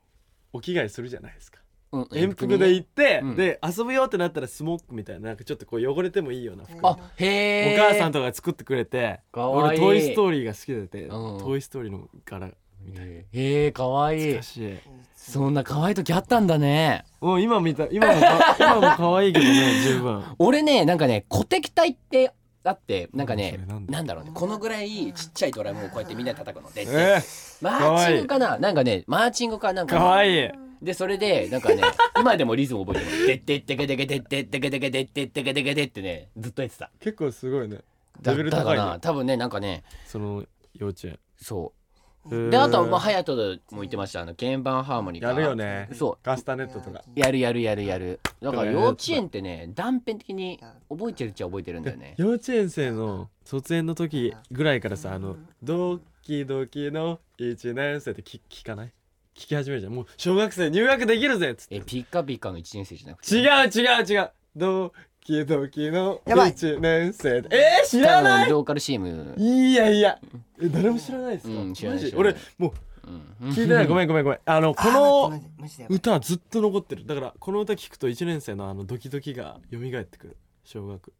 S3: お着替えするじゃないですか
S1: うん
S3: 遠服で行って、
S1: うん
S3: で遊ぶよってなったらスモックみたいななんかちょっとこう汚れてもいいような服、
S1: あへえ
S3: お母さんとかが作ってくれて
S1: かわいい
S3: 俺「トイ・ストーリー」が好きでて「
S1: うん
S3: トイ・ストーリー」の柄みたいな
S1: へえかわいい
S3: 懐かしい
S1: そんな可愛い時あったんだね
S3: もう今見た今も
S1: [LAUGHS]
S3: か今も可愛いけどね十分
S1: 俺ねなんかね小敵隊ってあってなんかね
S3: それなんだ
S1: なんだろうねこのぐらいちっちゃいドラムをこうやってみんなで叩くので
S3: え
S1: マ
S3: かわ
S1: ー
S3: いい
S1: チングかななんかねマーチングかなん
S3: ー、
S1: か
S3: 可愛い
S1: でそれでなんかね今でもリズム覚えてるでってってけでけでってってけでけでってってけでけでってねずっとやってた
S3: 結構すごいね
S1: だ
S3: レベル
S1: だ
S3: 高
S1: か
S3: い
S1: ら
S3: ね
S1: 多分ねなんかね
S3: その幼稚園
S1: そ
S3: へ
S1: う
S3: ー
S1: であとまあ隼人も言ってましたあの鍵盤ハーモニカ
S3: やるよね
S1: そ
S3: ガスタネットとか
S1: うやるやるやるやるだから
S3: だからやるやつだ
S1: 幼稚園ってね断片的に覚えてるっちゃ覚えてるんだよね
S3: 幼稚園生の卒園の時ぐらいからさあのドキドキの一年生って聞聞かない聞き始めるじゃんもう小学生入学できるぜっつって
S1: えピカピカの一年生じゃなくて
S3: 違う違う違うドキドキの
S2: やばい
S3: 一年生えー、知ら
S1: 多
S3: な
S1: 分
S3: い
S1: ローカル CM
S3: いやいやえ誰も知らないですか、
S1: うん知らな
S3: マ
S1: い
S3: ジ
S1: 知らない
S3: 俺もう
S1: うん
S3: 聞い
S1: [LAUGHS]
S3: てないごめんごめんごめんあのこ
S2: あーマ
S3: の
S2: ジマジでやばい
S3: 歌はずっと残ってるだからこの歌聞くと一年生のあのドキドキが蘇ってくる小学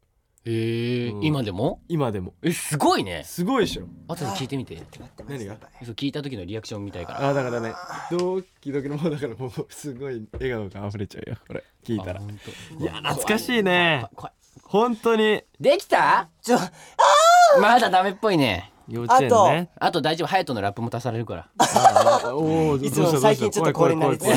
S1: へえ
S3: うん
S1: 今でも
S3: 今でも
S1: えすごいね
S3: すごいでしょ
S1: 後で聞いてみて
S2: 待ってマジでやばい
S1: そう聞いた時のリアクションみたいから
S3: あだからねドキドキのもうだからもうすごい笑顔が溢れちゃうよこれ聞いたら
S1: あほんと
S3: いや懐かしいね
S1: 怖い
S3: 本当に
S1: できた
S2: ちょ
S1: まだダメっぽいね
S3: 幼
S2: 稚園ね
S1: あと大丈夫ハヤトのラップも足されるから
S3: おお
S2: いつも最近ちょっとこれになりつつ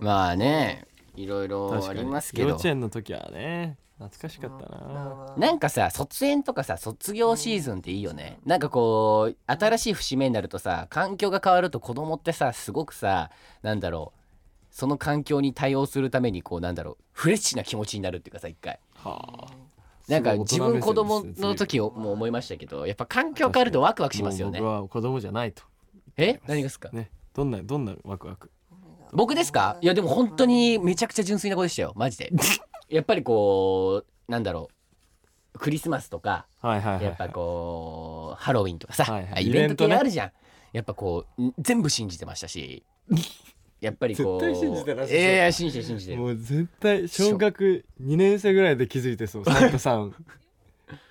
S1: まあねいろいろありますけ
S3: 幼
S1: ど
S3: 稚園の時はね懐かしかったな
S1: なんかさ卒園とかさ卒業シーズンっていいよねなんかこう新しい節目になるとさ環境が変わると子供ってさすごくさなんだろうその環境に対応するためにこうなんだろうフレッシュな気持ちになるっていうかさ一回
S3: は
S1: なんか自分
S3: すご
S1: 子
S3: い大人目
S1: 供
S3: 線ですね
S1: の時をもう思いましたけどやっぱ環境変わるとワクワクしますよね
S3: 僕は子供じゃないと
S1: え何がですか
S3: ねどんなどんなワクワク
S1: 僕ですかいやでも本当にめちゃくちゃ純粋な子でしたよマジでやっぱりこうなんだろうクリスマスとか
S3: はいはいはい
S1: やっぱこうハロウィンとかさ、
S3: はいはい
S1: イベント
S3: イベント
S1: 系
S3: ね
S1: あるじゃん、やっぱこうん全部信じてましたしやっぱりこう
S3: 絶対信じてなさそう
S1: いやいや信じてる信じてる
S3: もう絶対小学2年生ぐらいで気づいてそうサンタさん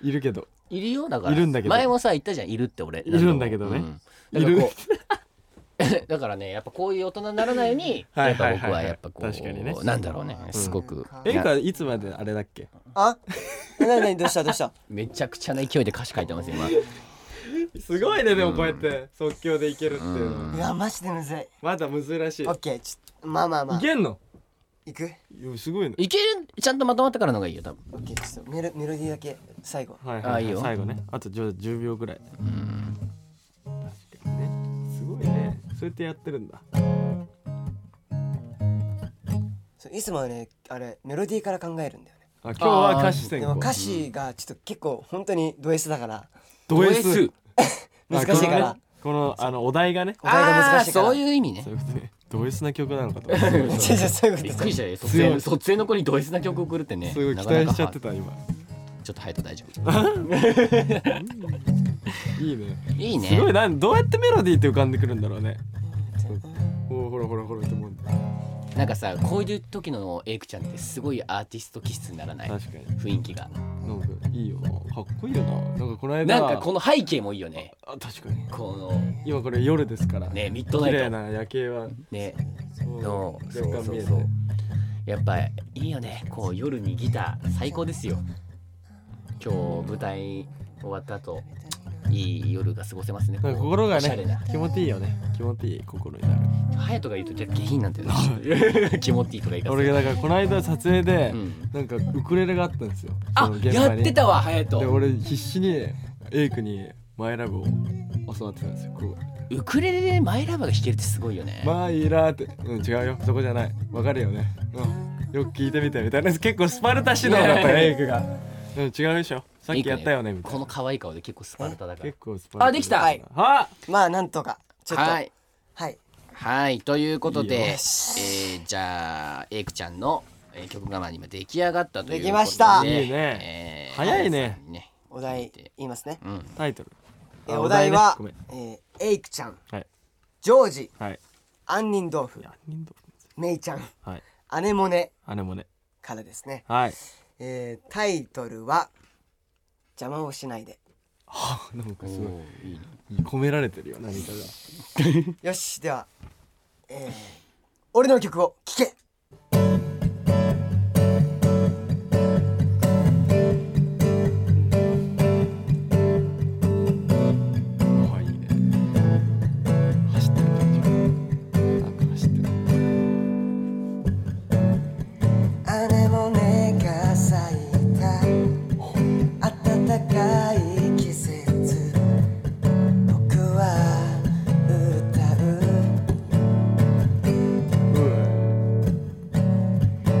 S3: いるけど
S1: いるよだから
S3: いるんだけど
S1: 前もさ言ったじゃんいるって俺い
S3: るんだけどね
S1: だからこう [LAUGHS] だからねやっぱこういう大人にならないように
S3: は
S1: や
S3: い
S1: っぱ
S3: はいはいはい
S1: 僕はやっぱこう
S3: 確かにね
S1: なんだろうねすごく、
S3: え
S1: な
S3: かいつまであれだっけ
S2: あななにどうしたどうした
S1: めちゃくちゃな勢いで歌詞書いてますよ今
S3: すごいねでもこうやって即興でいけるっていうの
S2: いやマジでむずい
S3: まだむずいらしい
S2: オッケーちょっとまあまあま
S3: い
S2: あ
S3: けんの
S2: いく
S3: いやすごいね
S1: いけるちゃんとまとまったからのがいいよ多分
S2: オッケーちょっとメロメロディーだけ最後
S3: はい
S1: あいいよ
S3: 最後ねあとじゃあ10秒ぐらい確かにねすごいねそうやってやってるんだ
S2: そういつもはねあれメロディーから考えるんだよね
S3: あ今日は歌詞選
S2: で
S3: 考
S2: も歌詞がちょっと結構本当にド S だから
S3: ド S
S2: 難しいから
S3: あこのねこのあのお題がね
S2: お題が
S1: ああ
S2: 難しいから
S1: そういう意味ね
S3: そういうことねド S な曲なのかと思った
S1: [LAUGHS]
S2: [LAUGHS] 違う違うそういうこと
S1: び
S2: で
S1: っ
S2: す
S1: くりしたよ卒
S3: 強い
S1: 園卒園の子にド S な曲送るってね
S3: すごい期
S1: なかな
S3: 待
S1: か
S3: しちゃってた今
S1: ちょっと隼人大丈
S3: いいね
S1: 夫いいね
S3: すごいなんどうやってメロディーって浮かんでくるんだろうねほほらほらほらって思う
S1: なんかさこういう時のエイクちゃんってすごいアーティスト気質にならない
S3: 確かに
S1: 雰囲気が
S3: なんかいいよなかっこいいよななんかこの間
S1: なんかこの背景もいいよね
S3: あ確かに
S1: この
S3: 今これ夜ですから
S1: ねミッドナ
S3: 綺
S1: イ
S3: 麗
S1: ト
S3: な夜景は
S1: ね
S3: そ
S1: の
S3: う
S1: そう
S3: 若干
S1: そ
S3: 見
S1: う
S3: え
S1: そう
S3: て
S1: やっぱいいよねこう夜にギター最高ですよ今日舞台終わった後いい夜が過ごせますね
S3: なんか心が
S1: おしゃれな
S3: ね気持ちいいよね気持ちいい心になる
S1: 隼人が言うとじゃあ下品なんて言う
S3: [LAUGHS]
S1: の気持ちいいとか言い方す
S3: 俺
S1: る
S3: がだからこの間撮影で
S1: うん
S3: なんかウクレレがあったんですよそ
S1: あ
S3: の現場
S1: や
S3: に
S1: ってたわ隼
S3: で
S1: 人
S3: 俺必死にエイクにマイラブを教わってたんですよこう
S1: ウクレレでマイラバーが弾けるってすごいよね
S3: マイラーってうん違うよそこじゃないわかるよねうんよく聞いてみてみたいな結構スパルタ指導だったよエイクがうん違うでしょさっきやったよねみたい
S1: こ
S3: な
S1: の可愛い顔で結構スパルタだから
S3: 結構スパルタ
S1: あできた
S3: はいあ
S2: まあなんとかちょっと
S1: は
S2: はい
S1: いはいということで
S3: いいよ
S1: えーじゃあエイクちゃんの、えー曲がまあ今出来上がったということで
S2: できました
S3: いいね
S1: えー
S3: 早い
S1: 皆
S3: ね
S1: さんにね
S2: お題言いますね
S1: うん
S3: タイトル
S2: え
S3: あ
S2: お題は
S3: お題ね
S2: えーエイクちゃん
S3: ごめんはい
S2: ジョージ
S3: はい
S2: 杏仁豆腐メイちゃん
S3: はい
S2: アネモネ
S3: あれもね
S2: からですね
S3: はい
S2: えータイトルは邪魔をしないで
S3: はあ [LAUGHS] なんかすごい
S1: おーいいね
S3: 込められてるよ何かが
S2: よしではえー俺の曲を聴け
S3: あいいね走ってる感じがなんか走ってる
S2: 姉もねが咲いた暖かい季節僕は歌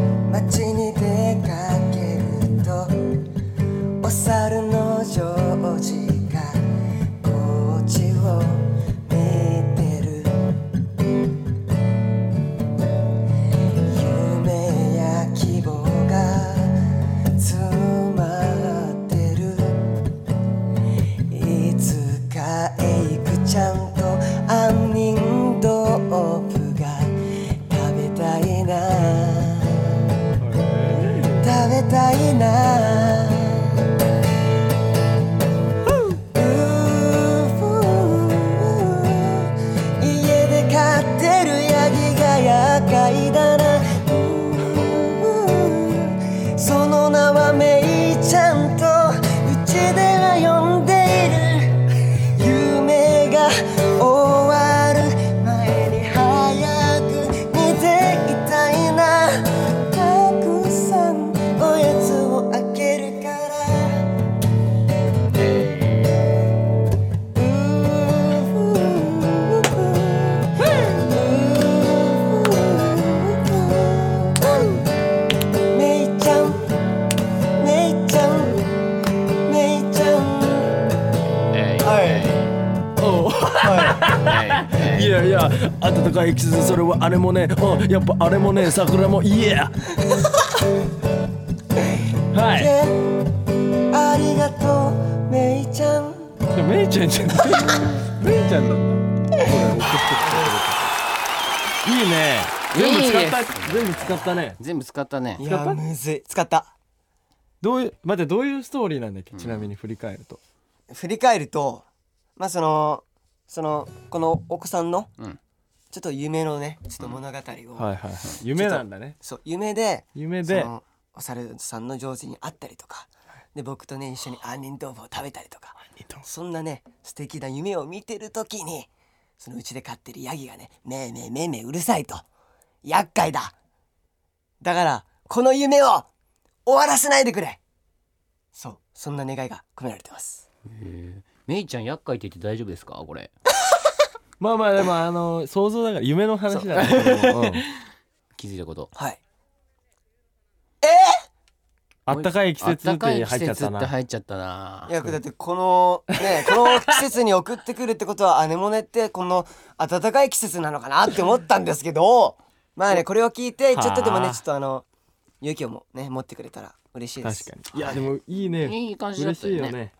S2: う街に出かけるとお猿のジョージがこっちを見てる夢や希望が詰まってるいつかエイクちゃんと杏仁豆腐が食べたいな食べたいな家で飼ってるヤギが厄介だなその名はメイちゃんとうちでは呼んでいる夢が終わる前に早く寝ていたいなたくさんおやつをあげるから「家で飼ってるヤギが厄介めいちゃんめいちゃんめいちゃん
S1: えい
S3: おう
S1: えい
S3: いやいや暖かい季節それはあれもねうんやっぱあれもね桜もいや [LAUGHS] はい
S2: あり
S3: れめいちゃんじゃないめいちゃんなんだこれ送ってきてくれたいいね全部使った全部使ったね
S1: 全部使ったね
S2: い
S3: 使った
S2: やむずい使った
S3: どういう待ってどういうストーリーなんだっけちなみに振り返ると
S2: 振り返るとまあそのそのこのお子さんの
S1: うん
S2: ちょっと夢のねちょっと物語を、
S3: はいはいはい夢なんだね
S2: そう夢で
S3: 夢
S2: そ
S3: で
S2: のお猿さんの上司に会ったりとかで僕とね一緒に杏仁豆腐を食べたりとかそんなね素敵な夢を見てる時にそのうちで飼ってるヤギがね「めいめいめいめいうるさい」と「厄介だ」だからこの夢を終わらせないでくれそうそんな願いが込められてます
S1: めいちゃん厄介って言って大丈夫ですかこれ
S3: まあまあでもあの想像だから夢の話なんだけど [LAUGHS] もうん
S1: 気づいたこと
S2: はい
S3: あったかい季節って入っちゃ
S1: あ
S3: った
S1: かい季節って
S3: な
S1: 入っちゃったない
S2: やだってこのねこの季節に送ってくるってことはア [LAUGHS] ネモネってこの暖かい季節なのかなって思ったんですけ
S3: [LAUGHS]
S2: どまあねこれを聞いてちょっとでもね
S3: はあ
S2: ちょっとあの勇気をもね持ってくれたら嬉しいで
S3: 確
S2: す
S3: かにいやでもいいね
S1: いい感じだ
S3: 嬉
S1: った
S3: しい
S1: よね
S3: よね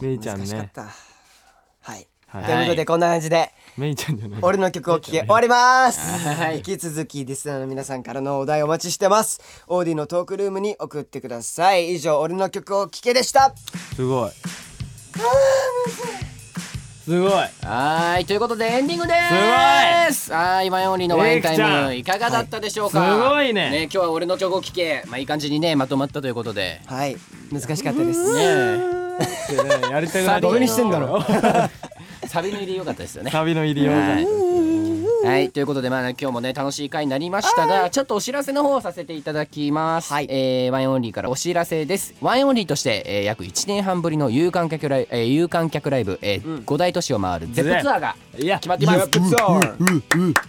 S1: うん
S3: めいちゃん
S2: 難しかっ
S3: ね
S2: たはい、
S3: はい
S2: ということでこんな感じで
S3: めいちゃんじゃない
S2: 俺の曲を聴け終わります、
S1: はい
S2: 引き続きリスナーの皆さんからのお題お待ちしてますオーディのトークルームに送ってください以上俺の曲を聴けでした
S3: すごいすごい
S1: はーいということでエンディングですはーいマヨンリーのワインタ
S3: えいくちゃ
S1: イム
S3: ん
S1: いかがだったでしょうか、
S3: はいすごいね
S1: 今日は俺のチョコ聞けまあいい感じにねまとまったということで
S2: はい難しかったです
S1: ねえ
S3: ってねやりたくな
S1: サ
S3: る
S1: ビの
S2: ろ
S1: サビの入り良かったですよね
S3: [LAUGHS] サビの入りよ
S1: はいということでまあ今日もね楽しい回になりましたがちょっとお知らせの方をさせていただきます、
S2: はい
S1: えーワインオンリーからお知らせですワインオンリーとして、えー約1年半ぶりの有観客ライブ、えー有観客ライブ、えー5大都市を回るゼップツアーが
S3: いや
S1: 決まってます
S2: プツアー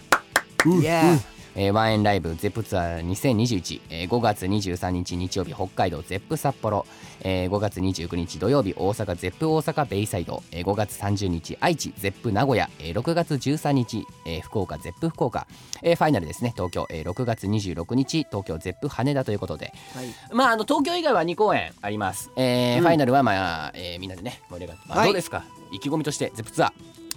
S2: イエー
S1: えーワンエンライブゼップツアー2021、えー5月23日日曜日北海道ゼップ札幌、えー5月29日土曜日大阪ゼップ大阪ベイサイド、えー5月30日愛知ゼップ名古屋、えー6月13日、えー福岡ゼップ福岡、えーファイナルですね東京、えー6月26日東京ゼップ羽田ということで、
S2: はい
S1: まああの東京以外は2公演あります、えーファイナルはまあ、えーみんなでね盛り上がって、まあ
S2: はい
S1: どうですか意気込みとしてゼップツア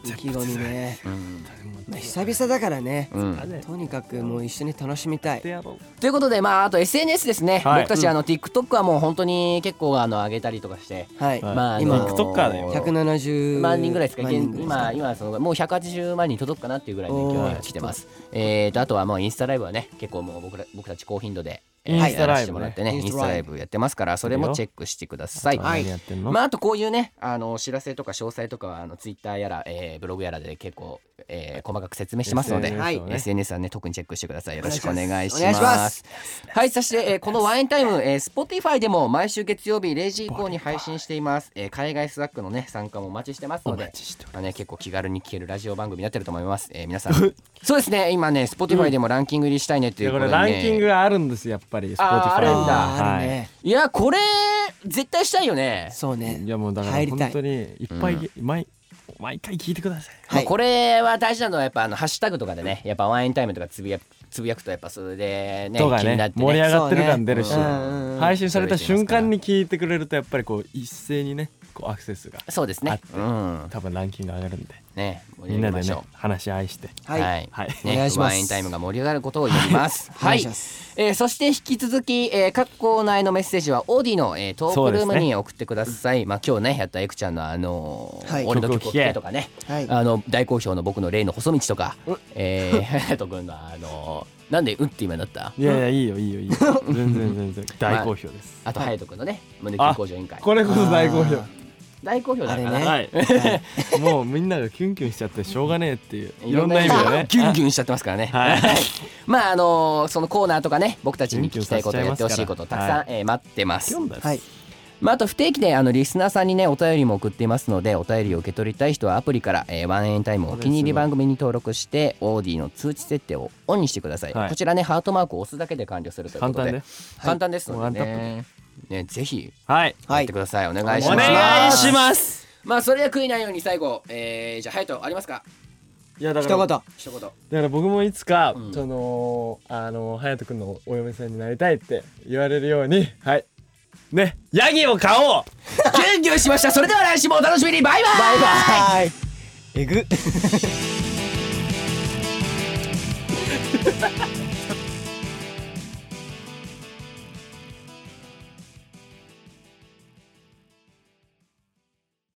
S1: ー、
S2: 意気込みね、
S1: うん
S2: まあ、久々だからね、
S1: うん
S2: とにかくもう一緒に楽しみたい
S1: ということで、まあ、あと SNS ですね、
S3: はい
S1: 僕たち、あの TikTok はもう本当に結構あの上げたりとかして、
S2: はい、
S3: はい
S1: まあ、あ
S2: 今
S1: の
S3: TikToker だよ
S2: 170
S1: 万人ぐらいですか、
S2: 万
S1: 現
S2: 人ぐら
S1: 今、
S2: いですか
S1: 今そのもう180万人届くかなっていうぐらいの
S2: おー
S1: 勢いが来てます。えー、とあとはもうインスタライブはね、結構もう僕ら僕たち高頻度で、えー
S3: インスタ
S1: やら
S3: ラ
S1: せ
S3: イ
S1: て
S3: ブね
S1: もらってね、イ
S2: イ
S1: ンス
S2: ンス
S1: タ
S2: タ
S1: ラ
S2: ラ
S1: イ
S2: イ
S1: ブやってますから、それもチェックしてください。
S3: 何やってんの
S1: まあ、あとこういうねあのお知らせとか詳細とかはあのツイッターやら、えーブログやらで結構、えー細かく説明してますので、
S3: SNS
S1: はい
S3: をね
S1: SNS はね特にチェックしてくださいよろしくお
S2: お
S1: 願
S2: 願
S1: い
S2: い
S1: し
S2: し
S1: ま
S2: ますす
S1: はいそして、えーこのワインタイム、えー、Spotify でも毎週月曜日0時以降に配信しています、えー海外スワックのね参加もお待ちしてますのでまあね、結構気軽に聴けるラジオ番組になってると思います、えー皆さんそうですね今ね Spotify でもランキング入りしたいねって
S3: い
S1: いう
S3: や
S1: こ
S3: ことれ
S1: で、ね、
S3: ランキングがあるんですやっぱり Spotify
S1: あーあるんだ
S2: あーあ
S3: は
S2: る
S3: い
S2: ね
S1: いやこれ絶対したいよね
S2: そうね
S3: いやもうだから
S2: 入りた
S3: 本
S2: い
S3: 当にいっぱい毎毎回聞いてください
S1: ま
S2: は
S1: あ、
S2: い
S1: これは大事なのはやっぱあのハッシュタグとかでねやっぱワインタイムとかつぶやくつぶやくとやっぱそれでね
S3: とか
S1: 気になっ
S3: ね
S1: て
S3: 盛り上がってる感出るし
S1: そうね
S2: うんうんうん
S3: 配信された瞬間に聞いてくれるとやっぱりこう一斉にねこうアクセスが
S1: そうですね
S3: あって
S1: うん
S3: 多分ランキング上がるんで
S1: ね盛り上
S3: み
S1: げ
S3: んなで
S1: ましょ
S3: ね
S1: う
S3: 話し合いして
S2: はい、
S1: はい、
S3: はい
S1: ね
S2: お願いします
S1: ワインタイムが盛り上がることを祈ります。
S2: お
S1: は
S2: 願
S1: い
S2: いしま
S1: えーそして引き続き、えー各コーナーへのメッセージはオーディの、えートークルームに送ってください。まあ今日ねやったエクちゃんのあのー
S2: はい
S1: 俺の曲
S3: 曲
S1: を聴
S3: を聴け
S1: けとかね、
S2: はい
S1: あの大好評の僕の例の細道とか、えー、 [LAUGHS] 隼人君のあのーなんでうんって今なった？
S3: いやいやいいよいいよいいよ全然
S1: [LAUGHS]
S3: 全然大好評です
S1: あと隼人君のね胸キュン向上委員会。
S3: これこそ大好評
S1: 大好評だから
S2: あれね
S1: な。
S3: はいもうみんながキュンキュンしちゃってしょうがねえっていういろんな意味でね
S1: ギュンギュンしちゃってますからね。
S3: はい
S1: はいまああのーそのコーナーとかね僕たちに聞きたいことやってほしいことたくさん、
S3: は
S1: えー待ってます
S3: キュ。ンだよ
S2: はい
S1: まあ、あと不定期であのリスナーさんにねお便りも送っていますのでお便りを受け取りたい人はアプリから、えーワンエンタイムお気に入り番組に登録してオーディの通知設定をオンにしてください、
S3: はい
S1: こちらねハートマークを押すだけで完了するというこ
S3: 簡
S1: とで
S3: 単ね
S1: 簡単ですので
S3: はいもうワ
S1: ねねぜひ
S3: はい
S1: や
S2: は
S1: っ
S2: い
S1: てください、お願いし
S3: お
S1: ます
S3: 願いします
S1: まあそれは悔いないように最後、えー、じゃあ隼人ありますか
S3: いやだ
S2: 一
S3: から
S2: 言
S3: だか
S1: 一言
S3: ら僕もいつか
S1: うん
S3: そのあの隼人君のお嫁さんになりたいって言われるようにはいねヤギを買おう
S1: ギュンギュンしましたそれでは来週もお楽しみにバイバイ
S2: バイバイえぐ